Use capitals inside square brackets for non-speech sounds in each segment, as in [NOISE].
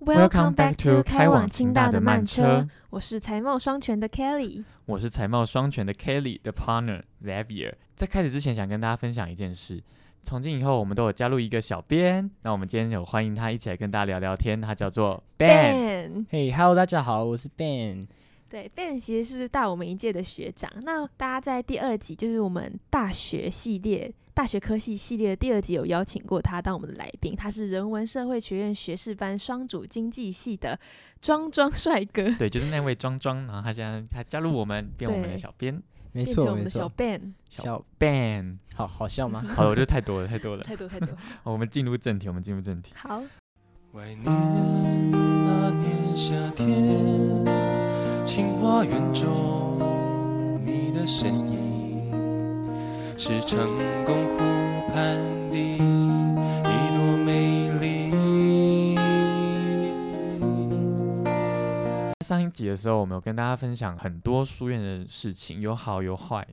Welcome back to 开往清大的慢车。我是才貌双全的 Kelly。我是才貌双全的 Kelly 的 partner Xavier。在开始之前，想跟大家分享一件事。从今以后，我们都有加入一个小编，那我们今天有欢迎他一起来跟大家聊聊天，他叫做 Ben。 Ben，嘿、h e l l o 大家好，我是 Ben。对，Ben 其实是大我们一届的学长。那大家在第二集，就是我们大学系列、大学科系系列的第二集，有邀请过他当我们的来宾。他是人文社会学院学士班双主经济系的庄庄帅哥，对，就是那位庄庄，然后他现在他加入我们，变我们的对小编没变成错，我们没的小错， Ben。小 Ben。好好笑 [LAUGHS] 吗？好了，我觉得太多了，太多了。太多太多，好我们进入正题，我们进入正题。好，怀念那年夏天，清华园中你的身影，是成功湖畔的一朵美丽。上一集的时候，我们有跟大家分享很多书院的事情，有好有坏。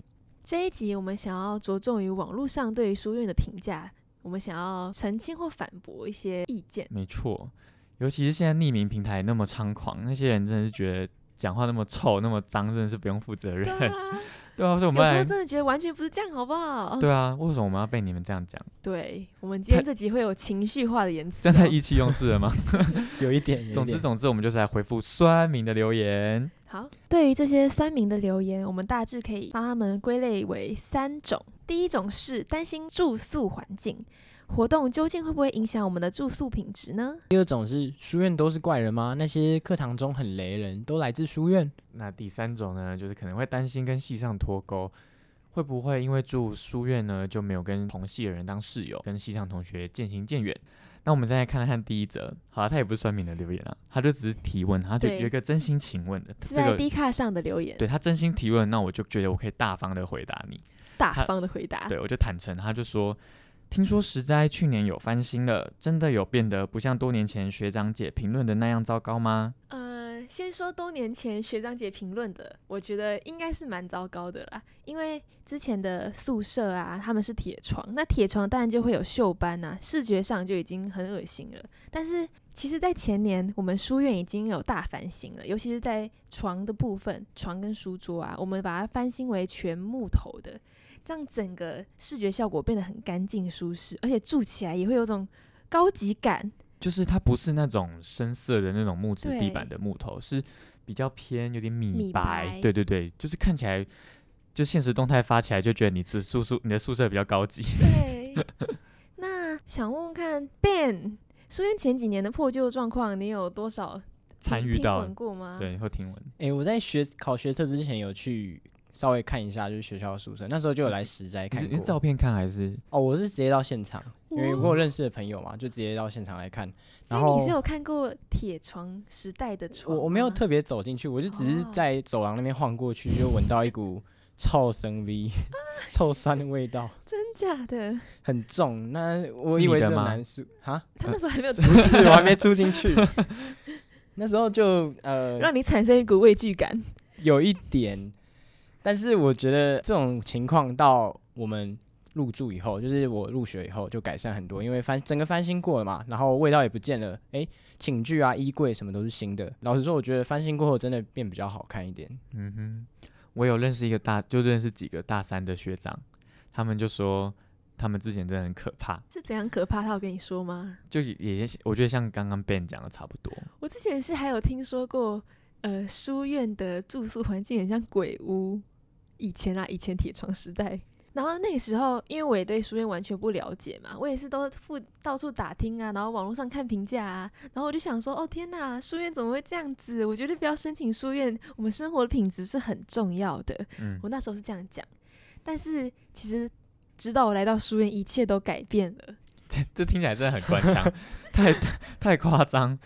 这一集我们想要着重于网络上对于书院的评价，我们想要澄清或反驳一些意 [LAUGHS] 见。没错，尤其是现在匿名平台那么猖狂，那些人真的是觉得讲话那么臭、那么脏，真的是不用负责对任。啊， [LAUGHS] 对啊，所以我们有时候来，真的觉得完全不是这样，好不好？哦对啊，为什么我们要被你们 [LAUGHS] 这样讲？对，我们今天这集会有情绪化的言辞、站哦。在意气用事了吗？ [LAUGHS] 有一点，有一总之，点总之，我们就是来回复酸民的留言。好，对于这些三名的留言，我们大致可以把它们归类为三种。第一种是担心住宿环境，活动究竟会不会影响我们的住宿品质呢？第二种是书院都是怪人吗？那些课堂中很雷人都来自书院？那第三种呢，就是可能会担心跟系上脱钩，会不会因为住书院呢就没有跟同系的人当室友，跟系上同学渐行渐远？那我们再来看看第一则，好啦、他也不是酸民的留言啊，他就只是提问，他就对有一个真心请问的，是这在个 D 卡上的留言，对他真心提问，那我就觉得我可以大方的回答你，大他方的回答。对我就坦诚，他就说。听说实在去年有翻新了，真的有变得不像多年前学长姐评论的那样糟糕吗？呃，先说多年前学长姐评论的，我觉得应该是蛮糟糕的啦。因为之前的宿舍啊，他们是铁床，那铁床当然就会有锈斑呐、视觉上就已经很恶心了。但是其实，在前年我们书院已经有大翻新了，尤其是在床的部分，床跟书桌啊，我们把它翻新为全木头的，这样整个视觉效果变得很干净舒适，而且住起来也会有种高级感。就是它不是那种深色的那种木质地板对的木头，是比较偏有点米白。米白对对对，就是看起来就现实动态发起来就觉得你是宿宿你的宿舍比较高级。 [LAUGHS] 对，那想问问看 Ben，书院前几年的破旧状况，你有多少参与听到闻过吗？，对，会听闻诶，我在学考学测之前有去稍微看一下，就是学校的宿舍，那时候就有来实在你看是你是过。照片看还是哦，我是直接到现场，因为我哇有认识的朋友嘛，就直接到现场来看。所然以后你是有看过铁床时代的床我我没有吗特别走进去，我就只是哦在走廊那边晃过去，就闻到一股臭生 V、臭 [LAUGHS] 酸的味道，真假的，很重。那我是你以为的这吗男宿啊，嗯他那时候还没有 [LAUGHS] 住不是，我还没住进去。那时候就呃让你产生一股畏惧感。有一点，但是我觉得这种情况到我们入住以后，就是我入学以后就改善很多，因为翻整个翻新过了嘛，然后味道也不见了，诶，寝具啊、衣柜什么都是新的。老实说，我觉得翻新过后真的变比较好看一点。嗯哼，我有认识一个大，就认识几个大三的学长，他们就说他们之前真的很可怕，是怎样可怕？他有跟你说吗？就也也我觉得像刚刚 Ben 讲的差不多。我之前是还有听说过，呃，书院的住宿环境很像鬼屋。以前啊，以前铁床时代，然后那个时候，因为我也对书院完全不了解嘛，我也是都附到处打听啊，然后网络上看评价啊，然后我就想说，哦天哪，书院怎么会这样子？我觉得不要申请书院，我们生活的品质是很重要的。嗯，我那时候是这样讲，但是其实直到我来到书院，一切都改变了。这听起来真的很官腔，太太太夸张，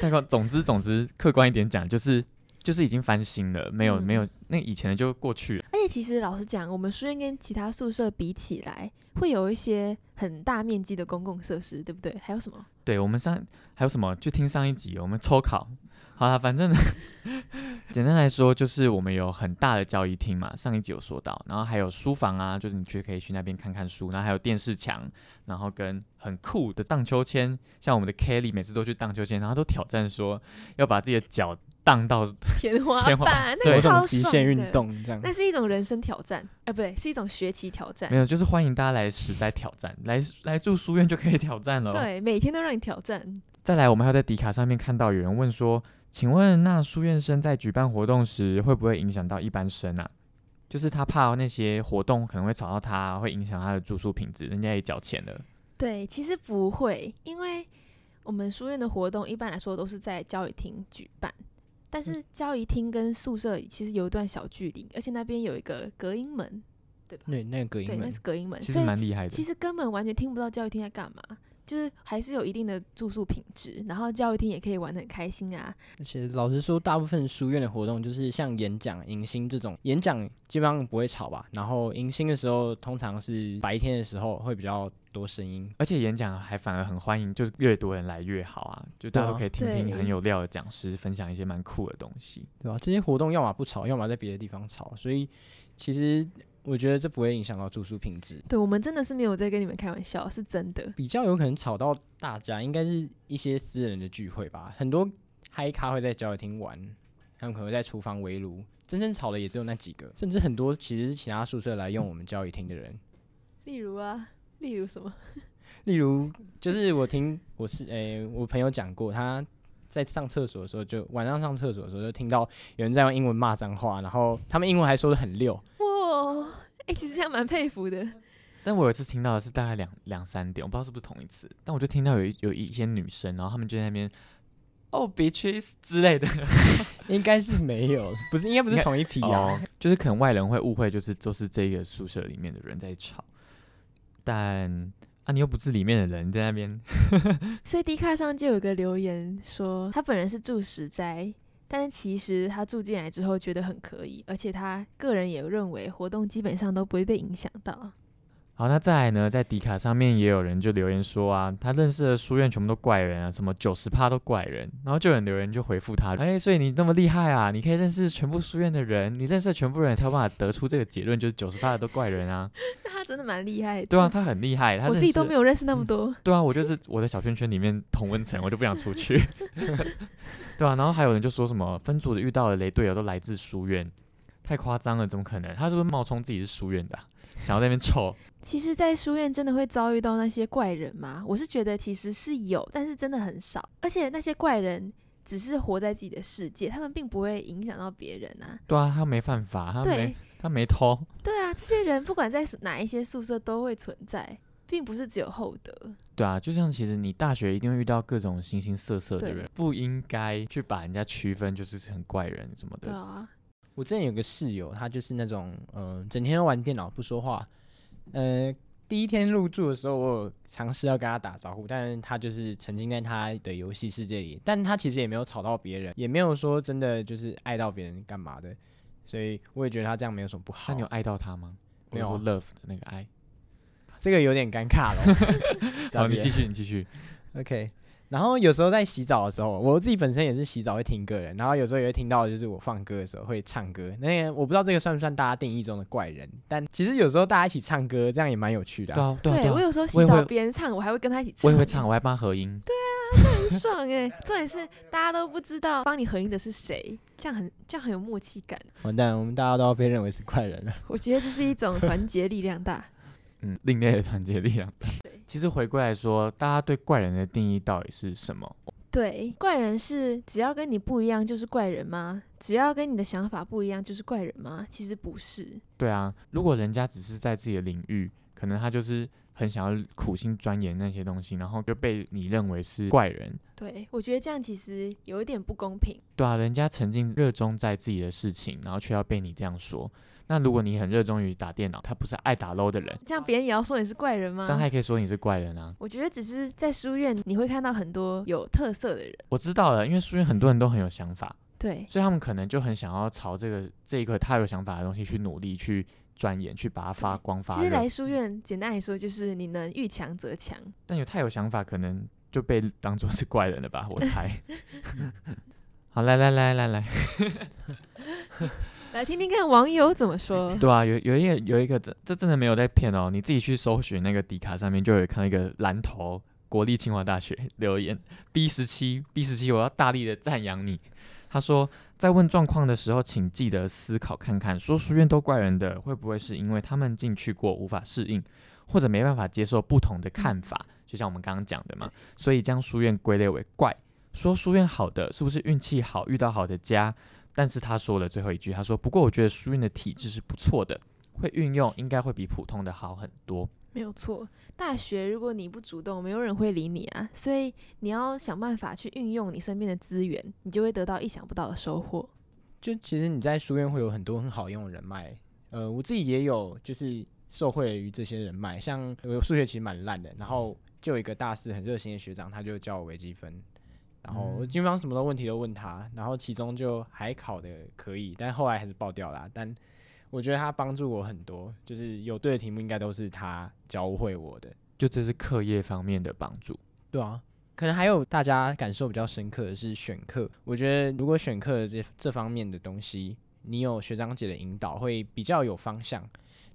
太夸。总之，总之，客观一点讲，就是就是已经翻新了，没有、没有嗯那以前的就过去了。而且其实老实讲，我们书院跟其他宿舍比起来，会有一些很大面积的公共设施，对不对？还有什么？对我们上还有什么？就听上一集我们抽考，好了，反正 [LAUGHS] 呢，简单来说就是我们有很大的教育厅嘛，上一集有说到，然后还有书房啊，就是你去可以去那边看看书，然后还有电视墙，然后跟很酷的荡秋千，像我们的 Kelly 每次都去荡秋千，然后都挑战说要把自己的脚荡到天花天花板，那对个某超种极爽限运的，动这样。那是一种人生挑战，哎、不对，是一种学习挑战没。有，就是欢迎大家来实在挑战，来来住书院就可以挑战了。，对，每天都让你挑战，再来，我们还有在迪卡上面看到有人问说，请问那书院生在举办活动时会不会影响到一般生啊？就是他怕那些活动可能会吵到他，会影响他的住宿品质，人家也缴钱了。对，其实不会，因为我们书院的活动一般来说都是在教育厅举办，但嗯是教育厅跟宿舍其实有一段小距离，而且那边有一个隔音门，对吧？对，那个隔对，音那门是隔音门，其实呃所以蛮厉害的。其实根本完全听不到教育厅在干嘛。就是还是有一定的住宿品质，然后教育厅也可以玩的很开心啊。而且老实说，大部分书院的活动就是像演讲、迎新这种，演讲基本上不会吵吧。然后迎新的时候，通常是白天的时候会比较多声音。而且演讲还反而很欢迎，就是越多人来越好啊！就大家都可以听听对很有料的讲师分享一些蛮酷的东西。对吧、这些活动要么不吵，要么在别的地方吵，所以其实我觉得这不会影响到住宿品质。对我们真的是没有在跟你们开玩笑，是真的。比较有可能吵到大家，应该是一些私人的聚会吧。很多嗨咖会在交友厅玩，他们可能会在厨房围炉。真正吵的也只有那几个，甚至很多其实是其他宿舍来用我们交友厅的人。例如啊，例如什么？例如，就是我听我是诶、我朋友讲过，他在上厕所的时候就，晚上上厕所的时候就听到有人在用英文骂脏话，然后他们英文还说的很溜，哇，哎、其实这样蛮佩服 [LAUGHS] 的。但我有一次听到的是大概两两三点，我不知道是不是同一次，但我就听到有一有一些女生，然后她们就在那边哦 bitches 之类的，应该是没有，不是应该不是应该同一批啊。哦， [LAUGHS] 就是可能外人会误会，就是就是这个宿舍里面的人在吵，但啊，你又不是里面的人，你在那边，所以 D 卡上就有个留言说，他本人是住十斋，但是其实他住进来之后觉得很可以，而且他个人也认为活动基本上都不会被影响到。好，那再来呢，在迪卡上面也有人就留言说啊，他认识的书院全部都怪人啊，什么九十趴都怪人，然后就有人留言就回复他，哎、所以你那么厉害啊，你可以认识全部书院的人，你认识的全部人才有办法得出这个结论，就是九十趴的都怪人啊，那他真的蛮厉害的，对啊，，他很厉害，他我认自己识都没有认识那么多。对啊，我就是我的小圈圈里面同温层，我就不想出去。 [LAUGHS] 对啊，然后还有人就说什么分组的遇到的雷队友都来自书院，太夸张了，怎么可能？他是不是冒充自己是书院的啊、想要在那边臭？其实，在书院真的会遭遇到那些怪人吗？我是觉得其实是有，但是真的很少。而且那些怪人只是活在自己的世界，他们并不会影响到别人啊。对啊，他没犯法，他没对他没偷。对啊，这些人不管在哪一些宿舍都会存在，并不是只有厚德。对啊，就像其实你大学一定会遇到各种形形色色的对人，不应该去把人家区分就是很怪人什么对的。啊，我之前有个室友，他就是那种嗯、呃整天都玩电脑不说话，呃。第一天入住的时候，我有尝试要跟他打招呼，但是他就是沉浸在他的游戏世界里，但他其实也没有吵到别人，也没有说真的就是爱到别人干嘛的，所以我也觉得他这样没有什么不好那你。有爱到他吗？没有啊我说 love 的那个爱。这个有点尴尬了。 [LAUGHS] 好，你继续，你继续。 OK，然后有时候在洗澡的时候，我自己本身也是洗澡会听歌的人，然后有时候也会听到，就是我放歌的时候会唱歌。那个我不知道这个算不算大家定义中的怪人，但其实有时候大家一起唱歌，这样也蛮有趣的对啊、啊，对啊，对我啊。有时候我洗也澡会别人唱，我还会跟他一起唱，我 [LAUGHS] 也会唱，，我还帮他合音。很爽哎、重点是大家都不知道帮你合音的是谁，这样很这样很有默契感。完蛋，我们大家都要被认为是怪人了。我觉得这是一种团结力量大。嗯，另类的团结力量对。其实回过来说，大家对怪人的定义到底是什么？对，怪人是只要跟你不一样就是怪人吗？只要跟你的想法不一样就是怪人吗？其实不是，对啊，如果人家只是在自己的领域，可能他就是很想要苦心钻研那些东西，然后就被你认为是怪人。对我觉得这样其实有一点不公平。对啊，人家曾经热衷在自己的事情，然后却要被你这样说。那如果你很热衷于打电脑，他不是爱打 low 的人，这样别人也要说你是怪人吗这？样他也可以说你是怪人啊。我觉得只是在书院你会看到很多有特色的人，我知道了，因为书院很多人都很有想法，对所以他们可能就很想要朝这个这一个他有想法的东西去努力去钻研，去把它发光发其热实。来书院，简单来说就是你能遇强则强。 [LAUGHS] 但有太有想法，可能就被当做是怪人了吧？我猜。 [LAUGHS] 好，来来来来来，来听听看网友怎么说。对啊，有有一个有一个这这真的没有在骗哦，你自己去搜寻那个迪卡上面就有看到一个蓝头国立清华大学留言 B 十七 B 十七，我要大力的赞扬你。他说，在问状况的时候，请记得思考看看，说书院都怪人的，会不会是因为他们进去过无法适应，或者没办法接受不同的看法？就像我们刚刚讲的嘛，所以将书院归类为怪。说书院好的，是不是运气好，遇到好的家？但是他说了最后一句，他说：“不过我觉得书院的体制是不错的，会运用应该会比普通的好很多。没有错，大学如果你不主动，没有人会理你啊，所以你要想办法去运用你身边的资源，你就会得到意想不到的收获。就其实你在书院会有很多很好用的人脉，呃，我自己也有就是受惠于这些人脉，像我数学其实蛮烂的，然后就有一个大四很热心的学长，他就教我微积分，然后我基本上什么都问题都问他，然后其中就还考的可以，但后来还是爆掉啦，但。我觉得他帮助我很多，就是有对的题目应该都是他教会我的。”就这是课业方面的帮助。对啊，可能还有大家感受比较深刻的是选课。我觉得如果选课的这这方面的东西，你有学长姐的引导，会比较有方向。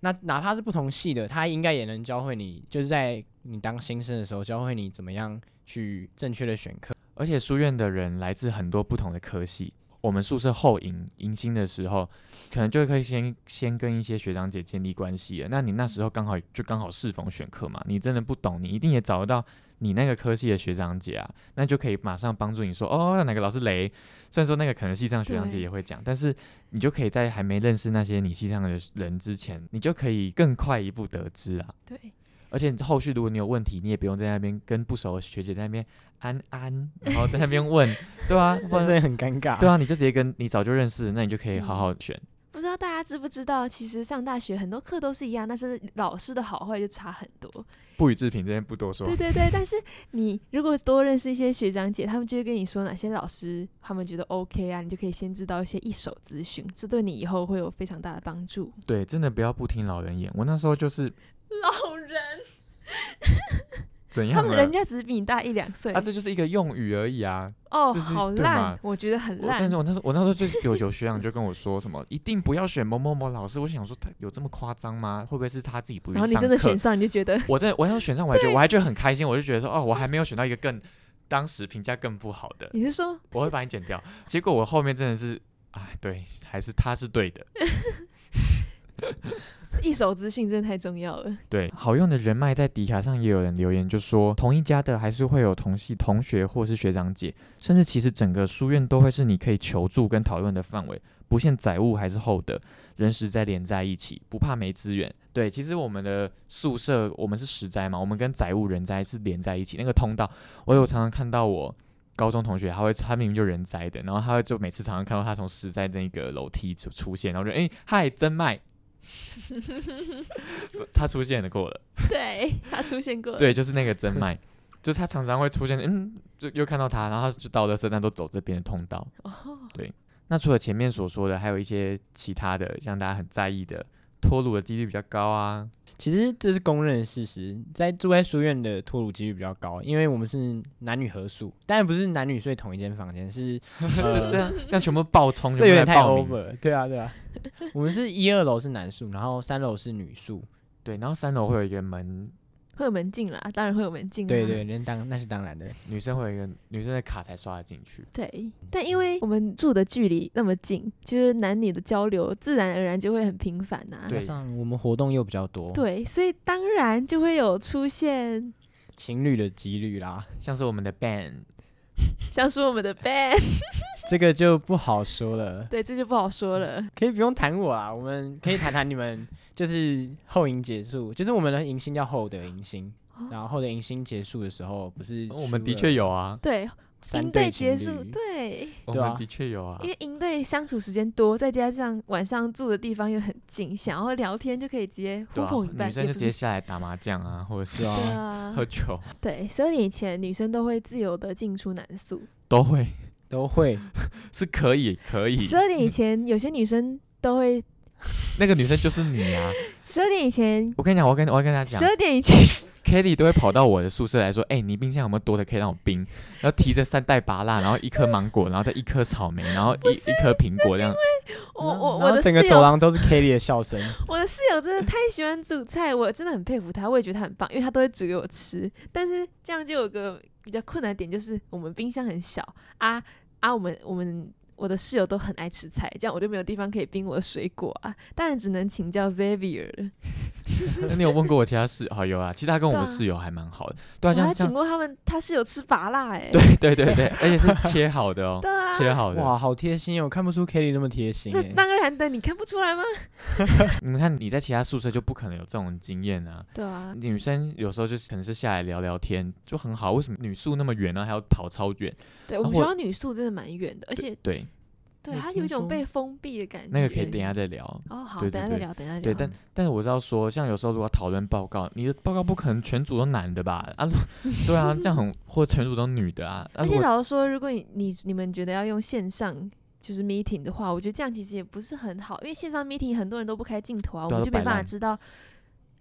那哪怕是不同系的，他应该也能教会你，就是在你当新生的时候，教会你怎么样去正确的选课。而且书院的人来自很多不同的科系。我们宿舍后迎迎新的时候，可能就可以先先跟一些学长姐建立关系了。那你那时候刚好就刚好适逢选课嘛，你真的不懂，你一定也找得到你那个科系的学长姐啊，那就可以马上帮助你说哦，哪个老师雷。虽然说那个可能系上学长姐对也会讲，但是你就可以在还没认识那些你系上的人之前，你就可以更快一步得知啊。对，而且后续如果你有问题，你也不用在那边跟不熟的学姐在那边安安，然后在那边 [LAUGHS] 问，对啊，不哇，然真的很尴尬。对啊，你就直接跟你早就认识的，那你就可以好嗯好选。不知道大家知不知道，其实上大学很多课都是一样，但是老师的好坏就差很多。不予置评，这边不多说对对对，但是你如果多认识一些学长姐，他们就会跟你说哪些老师他们觉得 OK 啊，你就可以先知道一些一手资讯，这对你以后会有非常大的帮助。对，真的不要不听老人言。我那时候就是老人，怎他样们了人家只比你大一两岁，啊啊，这就是一个用语而已啊。哦，这是好对烂嘛，我觉得很我但烂是。我那时候我那时候就是有有学长就跟我说什么，一定不要选某某某老师。我想说他有这么夸张吗？会不会是他自己不去然上后你课？真的选上，你就觉 [LAUGHS] 得我真的我那时候选上，我还觉得我还觉得很开心，我就觉得说哦，我还没有选到一个更当时评价更不好的，你是说我会把你剪掉。结果我后面真的是，哎，对，还是他是对的。一手资讯真的太重要了。对，好用的人脉在迪卡上也有人留言，就说同一家的还是会有同系同学或是学长姐，甚至其实整个书院都会是你可以求助跟讨论的范围，不限载物还是厚的，人实在连在一起，不怕没资源。对，其实我们的宿舍我们是实灾嘛，我们跟载物人灾是连在一起，那个通道，我有常常看到我。高中同学，他会他明明就人灾的，然后他会就每次常常看到他从实灾那个楼梯出出现，然后就哎、嗨真麦，他出现的过了。对他出现过，对，就是那个真脉，就是他常常会出现，嗯，就又看到他，然后他就到了圣诞都走这边的通道。哦，那除了前面所说的，还有一些其他的，像大家很在意的，脱乳的几率比较高 [LAUGHS] 啊。其实这是公认的事实，在住在书院的脱乳几率比较高，因为我们是男女合宿，当然不是男女睡同一间房间，是、呃、这样这样全部爆冲，这全有部点在太报名 over 了。对啊，对啊， [LAUGHS] 我们是一二楼是男宿，然后三楼是女宿。对，然后三楼会有一个门，会有门禁啦，当然会有门禁啊啦。对啊对，那当那是当 [LAUGHS] 然的。女生会有一个女生的卡才刷得进去。对，但嗯因为我们住的距离那么近，就是男女的交流自然而然就会很频繁啊呐、对加上我们活动又比较多，对，所以当然就会有出现，情侣的几率啦，像是我们的 band，像是我们的 band，这个就不好说了，对，这就不好说了。嗯可以不用谈我啊啦，我们可以谈谈你们 [LAUGHS] 就是后迎结束，就是我们的迎新叫后的迎新，然后后的迎新结束的时候不是我们出的了确有啊，对，三营对队结情侣束，对，我对们啊的确有啊因。为营队相处时间多，再加上晚上住的地方又很近，想要聊天就可以直接呼对啊朋引，伴，女生也就不直是接下来打麻将啊，或者是对对啊啊喝，酒对，十二点以前女生都会自由的进出男宿，都会，都会是可以可以。十二点以前有些女生都会，那个女生就是你啊！十二点以前， [LAUGHS] 我跟你讲，我跟我要跟大家讲十，二点以前， Kitty 都会跑到我的宿舍来说：“哎、你冰箱有没有多的可以让我冰？”然后提着三袋拔蜡，然后一颗芒果，然后再一颗草莓，然后一一颗苹果这样。嗯我然后我然我后的整室个走友，廊都是 Kitty 的笑声，我的室友真的太喜欢煮菜，我真的很佩服他，我也觉得他很棒，因为他都会煮给我吃。但是这样就有个比较困难点，就是我们冰箱很小啊啊，我们我们。我的室友都很爱吃菜，这样我就没有地方可以冰我的水果啊，当然只能请教 Xavier 了。那你有问过我其他室好有啊，其实他跟我们对啊室友还蛮好的，对我啊，还像请像过他们，他室友吃拔辣哎、 [LAUGHS] 对对对对，而且是切好的哦， [LAUGHS] 对啊，切好欸的。 [LAUGHS] 哇，好贴心哦，看不出 Kitty 那么贴心欸那耶。当然的，你看不出来吗？你们看你在其他宿舍就不可能有这种经验啊。 [LAUGHS] 对啊，女生有时候就是可能是下来聊聊天就很好，为什么女宿那么远呢、啊还要跑超远？对我们啊学或校女宿真的蛮远的，而且对，对我它有一听说种被封闭的感觉。那个可以等一下再聊。哦，好，对对等一下再对聊，等一下再对，聊。但但是我是要说，像有时候如果讨论报告，你的报告不可能全组都男的吧？啊， [LAUGHS] 对啊，这样很或全组都女的啊。啊而如且果老实说，如果你你你们觉得要用线上就是 meeting 的话，我觉得这样其实也不是很好，因为线上 meeting 很多人都不开镜头啊，我对啊们都就没摆办法烂知道。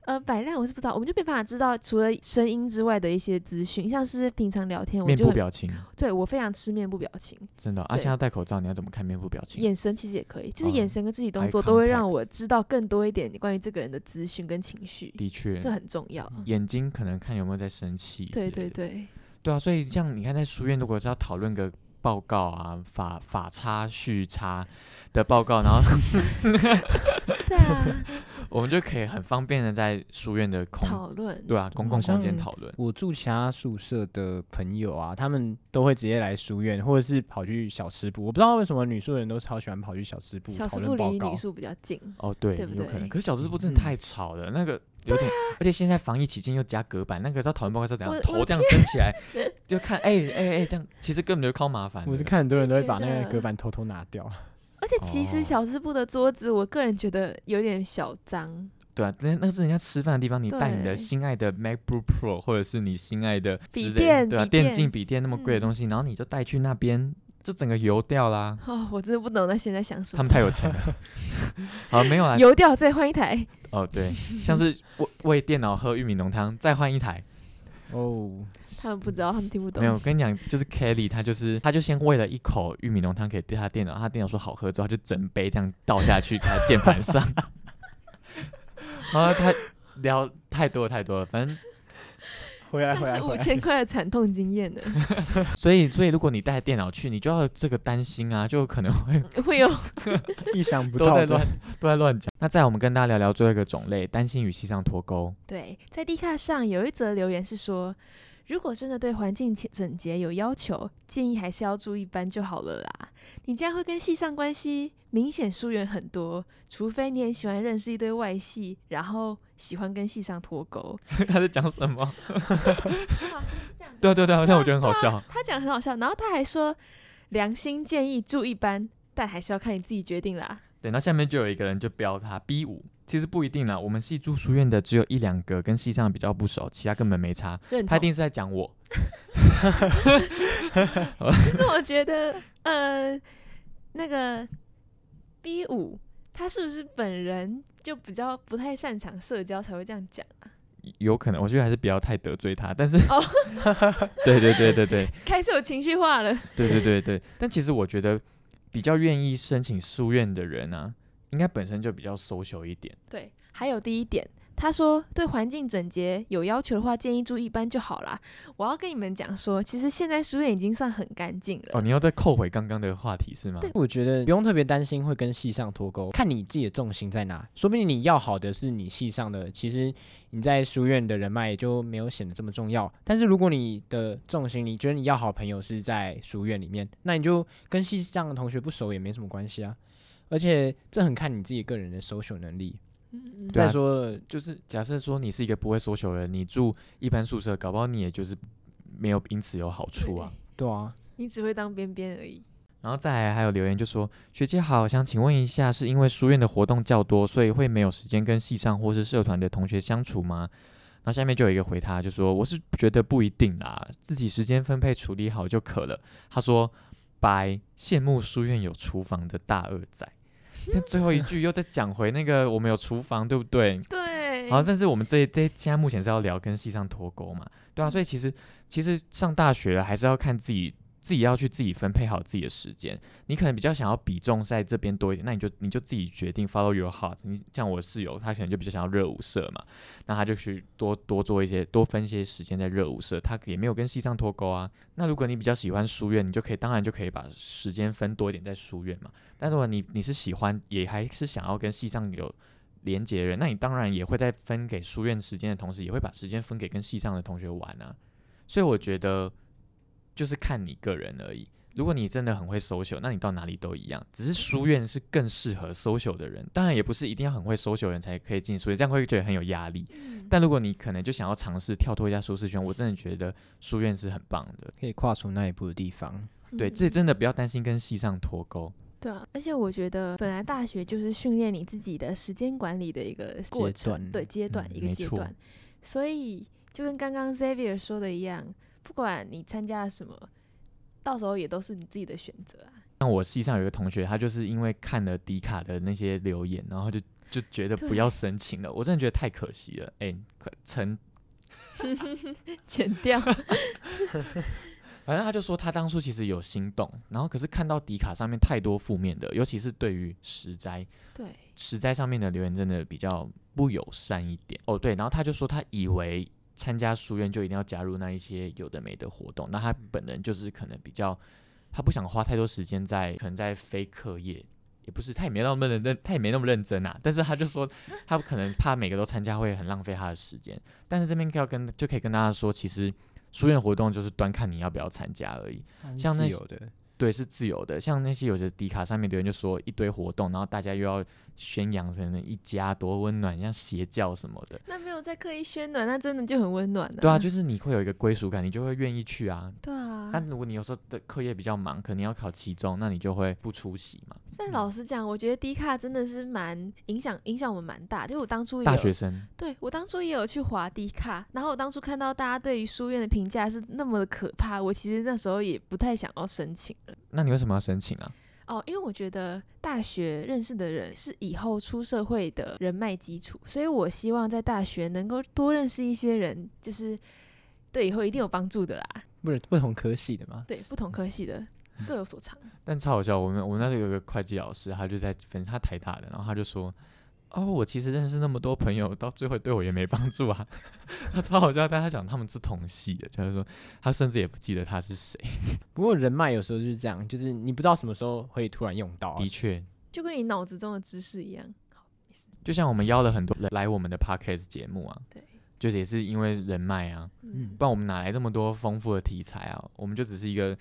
呃，摆烂我是不知道，我们就没办法知道除了声音之外的一些资讯，像是平常聊天，我面就部很表情对我非常吃面部表情，真的啊，对现在戴口罩，你要怎么看面部表情？眼神其实也可以，就是哦眼神跟肢体动 eye 作都会 contact 让我知道更多一点关于这个人的资讯跟情绪，的嗯确，这很重要。眼睛可能看有没有在生气。对对。 [LAUGHS] 对，对啊，所以像你看，在书院如果是要讨论个报告啊，法法差序差的报告，然后 [LAUGHS] 对啊，我们就可以很方便的在书院的空讨论。对啊公共好空间像讨论。我住其他宿舍的朋友啊，他们都会直接来书院，或者是跑去小吃部。我不知道为什么女宿人都超喜欢跑去小吃部小讨吃部论报离告女。宿比较近，哦，对，对不有可能。对啊可是小吃部嗯真的太吵了，那个有点，而且现在防疫期间又加隔板，那个要讨论报告是怎我样，的我头的这样伸起来，就看哎哎哎这样，其实根本就靠麻烦的。我是看很多人都会把觉那个得隔板偷偷拿掉。而且其实哦小吃部的桌子，我个人觉得有点小脏。对啊，那那是人家吃饭的地方，你带你的对心爱的 MacBook Pro 或者是你心爱的笔之类电对啊，笔电电竞笔电那么贵的嗯东西，然后你就带去那边，就整个油掉啦。哦，我真的不懂那些人在想什他么。们太有钱了。 [LAUGHS] 好，没有啦。油掉再换一台，哦，对，像是为为电脑喝玉米浓汤，再换一台。哦，他们不知道，他们听不懂。没有，我跟你讲，就是 Kelly，他就是他就先喂了一口玉米浓汤给他电脑，他电脑说好喝之后，他就整杯这样倒下去他键盘 [LAUGHS] 上。然后他聊太多了太多了，反正 [LAUGHS] 回来那回来是回五来。千块的惨痛经验 [LAUGHS] 呢，所以所以如果你带电脑去，你就要有这个担心啊，就可能会 [LAUGHS] 会有意想不都到在的乱。都在乱讲。那再来我们跟大家聊聊最后一个种类，担心与西上脱钩。对，在 D 卡上有一则留言是说，如果真的对环境清整洁有要求，建议还是要住一班就好了啦。你这样会跟系上关系明显疏远很多，除非你很喜欢认识一堆外系，然后喜欢跟系上脱钩， [LAUGHS] [LAUGHS] 他在讲什么？是吗？是这样子。 [LAUGHS] 对啊对啊对啊，那我觉得很好 [LAUGHS] 笑。他讲得很好笑，然后他还说，良心建议住一班，但还是要看你自己决定啦。对，那下面就有一个人就标他 B 五，其实不一定啦。啊我们系住书院的只有一两个跟系上比较不熟，其他根本没差。认他一同。定是在讲我。其实我觉得，呃，那个 B 五，他是不是本人就比较不太擅长社交，才会这样讲啊？有可能，我觉得还是不要太得罪他。但是，哦 [LAUGHS] 对对对对对开始有情绪化 [LAUGHS] 了。对对对对。但其实我觉得，比较愿意申请书院的人啊，应该本身就比较 social 一点。对，还有第一点，他说对环境整洁有要求的话，建议住一班就好啦。我要跟你们讲说，其实现在书院已经算很干净了。哦，你要再扣回刚刚的话题是吗？我觉得不用特别担心会跟系上脱钩，看你自己的重心在哪。说不定你要好的是你系上的，其实你在书院的人脉也就没有显得这么重要。但是如果你的重心，你觉得你要好朋友是在书院里面，那你就跟系上的同学不熟也没什么关系啊。而且这很看你自己个人的 social 能力。嗯，对啊再说了，就是假设说你是一个不会 social 的人，你住一般宿舍，搞不好你也就是没有因此有好处啊。对啊，你只会当边边而已。然后再来还有留言就说：“学姐好，想请问一下，是因为书院的活动较多，所以会没有时间跟系上或是社团的同学相处吗？”然后下面就有一个回他，就说：“我是觉得不一定啦，自己时间分配处理好就可了。”他说：“拜，羡慕书院有厨房 [LAUGHS] 的大二仔。”但最后一句又再讲回那个我们有厨房，对不对？对，对，哦好，但是我们这这现在目前是要聊跟系上脱钩嘛，对啊，所以其实其实上大学了还是要看自己自己要去自己分配好自己的时间，你可能比较想要比重在这边多一点，那你就你就自己决定 follow your heart。你像我室友，他可能就比较想要热舞社嘛，那他就去多多做一些多分一些时间在热舞社，他也没有跟系上脱钩啊。那如果你比较喜欢书院，你就可以当然就可以把时间分多一点在书院嘛。但如果你你是喜欢也还是想要跟系上有连接的人，那你当然也会在分给书院时间的同时，也会把时间分给跟系上的同学玩啊。所以我觉得就是看你个人而已。如果你真的很会 social，那你到哪里都一样。只是书院是更适合 social 的人，当然也不是一定要很会 social 的人才可以进书院，这样会觉得很有压力。嗯但如果你可能就想要尝试跳脱一下舒适圈，我真的觉得书院是很棒的。可以跨出那一步的地方。对，嗯这真的不要担心跟系上脱钩。对啊，而且我觉得本来大学就是训练你自己的时间管理的一个过程，段对阶段、嗯一个没阶错段，所以就跟刚刚 Xavier 说的一样，不管你参加了什么，到时候也都是你自己的选择啊。 [LAUGHS] 像我系上有一个同学，他就是因为看了迪卡的那些留言，然后就就觉得不对要申请了。我真的觉得太可惜了。哎、可成，剪 [LAUGHS] 掉，反正他就说他当初其实有心动，然后可是看到迪卡上面太多负面的，尤其是对于石斋，对，实在上面的留言真的比较不友善一点哦。对，然后他就说他以为参加书院就一定要加入那一些有的没的活动，那他本人就是可能比较他不想花太多时间在可能在非课业。也不是，他也没那么认真，他也没那么认真啊。但 [LAUGHS] 是他就说，他可能怕每个都参加会很浪费他的时间。但是这边要跟就可以跟大家说，其实书院活动就是端看你要不要参加而已。像那自些由的，对，是自由的。像那些有些迪卡上面留言就说一堆活动，然后大家又要宣扬成一家多温暖，像邪教什么的。那没有在刻意渲暖，那真的就很温暖了、对啊，就是你会有一个归属感，你就会愿意去啊。对嗯啊，但如果你有时候的课业比较忙，可能要考期中，那你就会不出席嘛。但老实讲，我觉得迪卡真的是蛮影响影响我们蛮大，就是我当初也大有学生，对我当初也有去滑迪卡，然后我当初看到大家对于书院的评价是那么的可怕，我其实那时候也不太想要申请了那你为什么要申请啊？哦，因为我觉得大学认识的人是以后出社会的人脉基础，所以我希望在大学能够多认识一些人，就是对以后一定有帮助的啦。不是不同科系的嘛？对，不同科系的嗯各有所长。但超好笑，我们我们那时候有一个会计老师，他就在分他台大的，然后他就说。哦，我其实认识那么多朋友，到最后对我也没帮助啊。 [LAUGHS] 他超好笑，但他讲他们是同系的，就是说他甚至也不记得他是谁。不过人脉有时候就是这样，就是你不知道什么时候会突然用到啊、的确，就跟你脑子中的知识一样，就像我们邀了很多人来我们的 podcast 节目啊，对，就是也是因为人脉啊，嗯，不然我们哪来这么多丰富的题材啊？我们就只是一个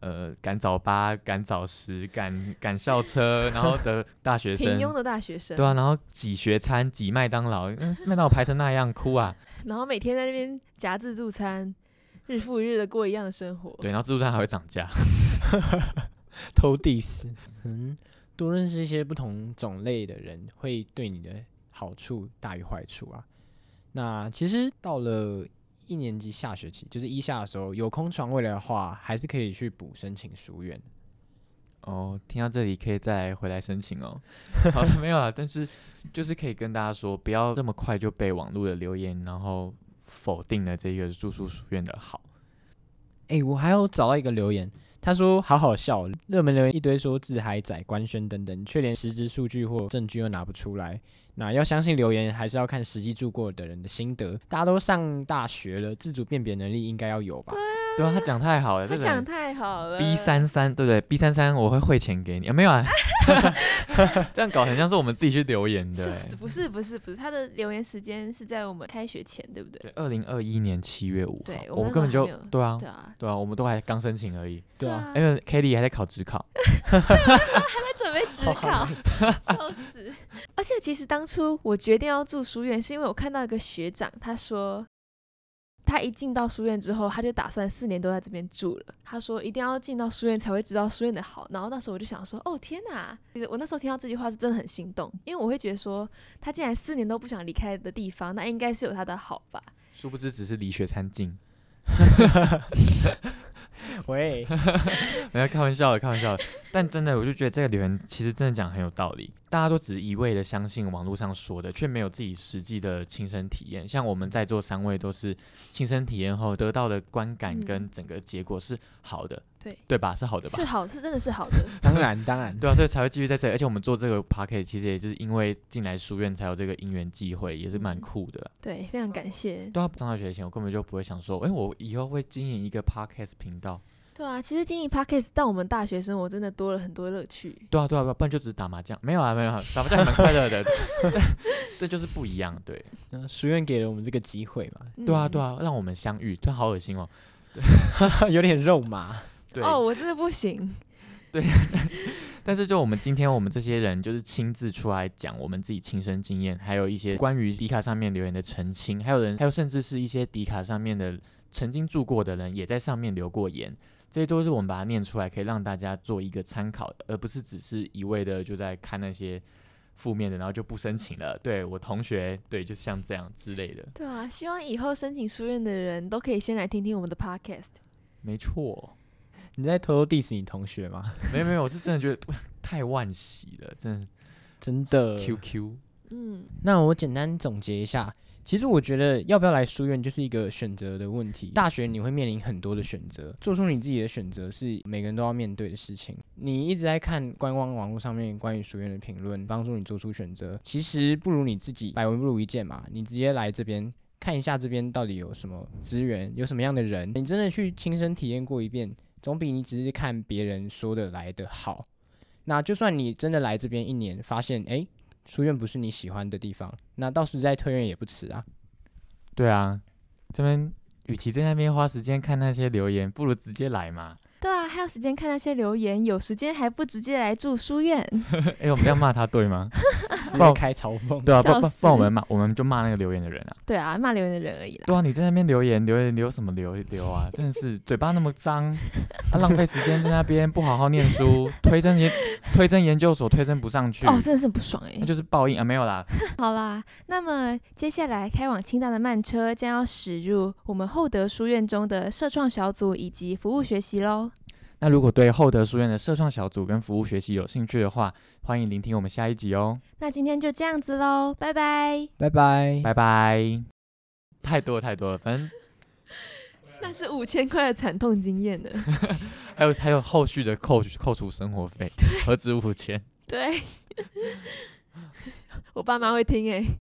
呃赶早八、赶早十、赶赶校车，然后 [LAUGHS] 的大学平生，庸的大学生，对啊，然后挤学餐、挤麦当劳，嗯麦当劳排成那样，哭啊！然后每天在那边夹自助餐，日复一日的过一样的生活。对，然后自助餐还会涨价，偷 diss，可能多认识一些不同种类的人，会对你的好处大于坏处啊。那其实到了一年级下学期，就是一下的时候，有空床位的话，还是可以去补申请书院。哦，听到这里可以再回来申请哦。好了，没有了，但是就是可以跟大家说，不要这么快就被网络的留言然后否定了这个住宿书院的好。诶，我还有找到一个留言，他说好好笑，哦热门留言一堆说自嗨仔、官宣等等，却连实质数据或证据又拿不出来。那要相信留言，还是要看实际住过的人的心得。大家都上大学了，自主辨别能力应该要有吧？ [LAUGHS] 对啊，他讲太好了，他这讲讲太好了 B 三三对不对？B 三三我会汇钱给你啊，没有啊， [LAUGHS] 这样搞很像是我们自己去留言的、是欸。不是不是不是，他的留言时间是在我们开学前，对不对？对，二零二一年七月五号对，我我们们根本就还没有对啊对，啊，嗯对啊，我们都还刚申请而已，对啊，因为 k a t i e 还在考职 [LAUGHS] 考，在准 [LAUGHS] 备职考， [LAUGHS] 笑死！而且其实当初我决定要住书院，是因为我看到一个学长，他说他一进到书院之后，他就打算四年都在这边住了。他说一定要进到书院才会知道书院的好。然后那时候我就想说，哦天哪！其实我那时候听到这句话是真的很心动，因为我会觉得说，他竟然四年都不想离开的地方，那应该是有他的好吧。殊不知只是离学餐近。喂， [LAUGHS] 没有开玩笑的，开玩笑的。 [LAUGHS] 但真的，我就觉得这个留言其实真的讲得很有道理。大家都只一味的相信网络上说的，却没有自己实际的亲身体验。像我们在座三位都是亲身体验后得到的观感嗯跟整个结果是好的，对对吧？是好的吧？是好，是真的是好的。当然当然，对啊，所以才会继续在这里。而且我们做这个 p a c k e t 其实也就是因为进来书院才有这个因缘际会，也是蛮嗯酷的。对，非常感谢。对啊，上大学以前我根本就不会想说，哎、我以后会经营一个 podcast 频道。对啊，其实经营 podcast 到我们大学生活真的多了很多乐趣。对啊，对啊，对啊不然就只是打麻将。没有啊，没有、啊，打麻将也蛮快乐的，但这就是不一样。对，那书院给了我们这个机会嘛，对啊，嗯对啊，让我们相遇，这好恶心哦。 [LAUGHS] 有点肉麻。对，哦，我真的不行。但是就我们今天我们这些人，就是亲自出来讲我们自己亲身经验，还有一些关于迪卡上面留言的澄清，还有人，还有甚至是一些迪卡上面的曾经住过的人，也在上面留过言。这些都是我们把它念出来，可以让大家做一个参考的，而不是只是一味的就在看那些负面的，然后就不申请了。对我同学，对，就像这样之类的，对啊，希望以后申请书院的人都可以先来听听我们的 podcast。没错。你在偷偷 diss 你同学吗？没有没有，我是真的觉得太惋惜了，真真的的。 QQ。嗯，那我简单总结一下，其实我觉得要不要来书院就是一个选择的问题。大学你会面临很多的选择，做出你自己的选择是每个人都要面对的事情。你一直在看观光网络上面关于书院的评论，帮助你做出选择，其实不如你自己百闻不如一见嘛，你直接来这边。看一下这边到底有什么资源，有什么样的人，你真的去亲身体验过一遍，总比你只是看别人说的来的好。那就算你真的来这边一年，发现诶。书院不是你喜欢的地方，那到时再退院也不迟啊。对啊，这边与其在那边花时间看那些留言，不如直接来嘛。 [LAUGHS] 对啊，还有时间看那些留言，有时间还不直接来住书院？哎、我们这样骂他对 [LAUGHS] 吗？直爆接开嘲讽，对啊，不笑不死不，我们骂我们就骂那个留言的人啊。对啊，骂留言的人而已啦。对啊，你在那边留言留言留什么留留啊？真的是嘴巴那么脏，啊、浪费时间在那边不好好念书，推甄研推甄研究所推甄不上去，哦，真的是很不爽哎、欸那就是报应啊！没有啦， [LAUGHS] 好啦，那么接下来开往清大的慢车将要驶入我们厚德书院中的社创小组以及服务学习喽。那如果对厚德书院的社创小组跟服务学习有兴趣的话，欢迎聆听我们下一集哦。那今天就这样子喽，拜拜。拜拜。拜拜。太多了太多了，反正那是五千块的惨痛经验呢。 [LAUGHS] 还有还有后续的扣扣除生 [LAUGHS] 活费，何止五千？对，我爸妈会听哎、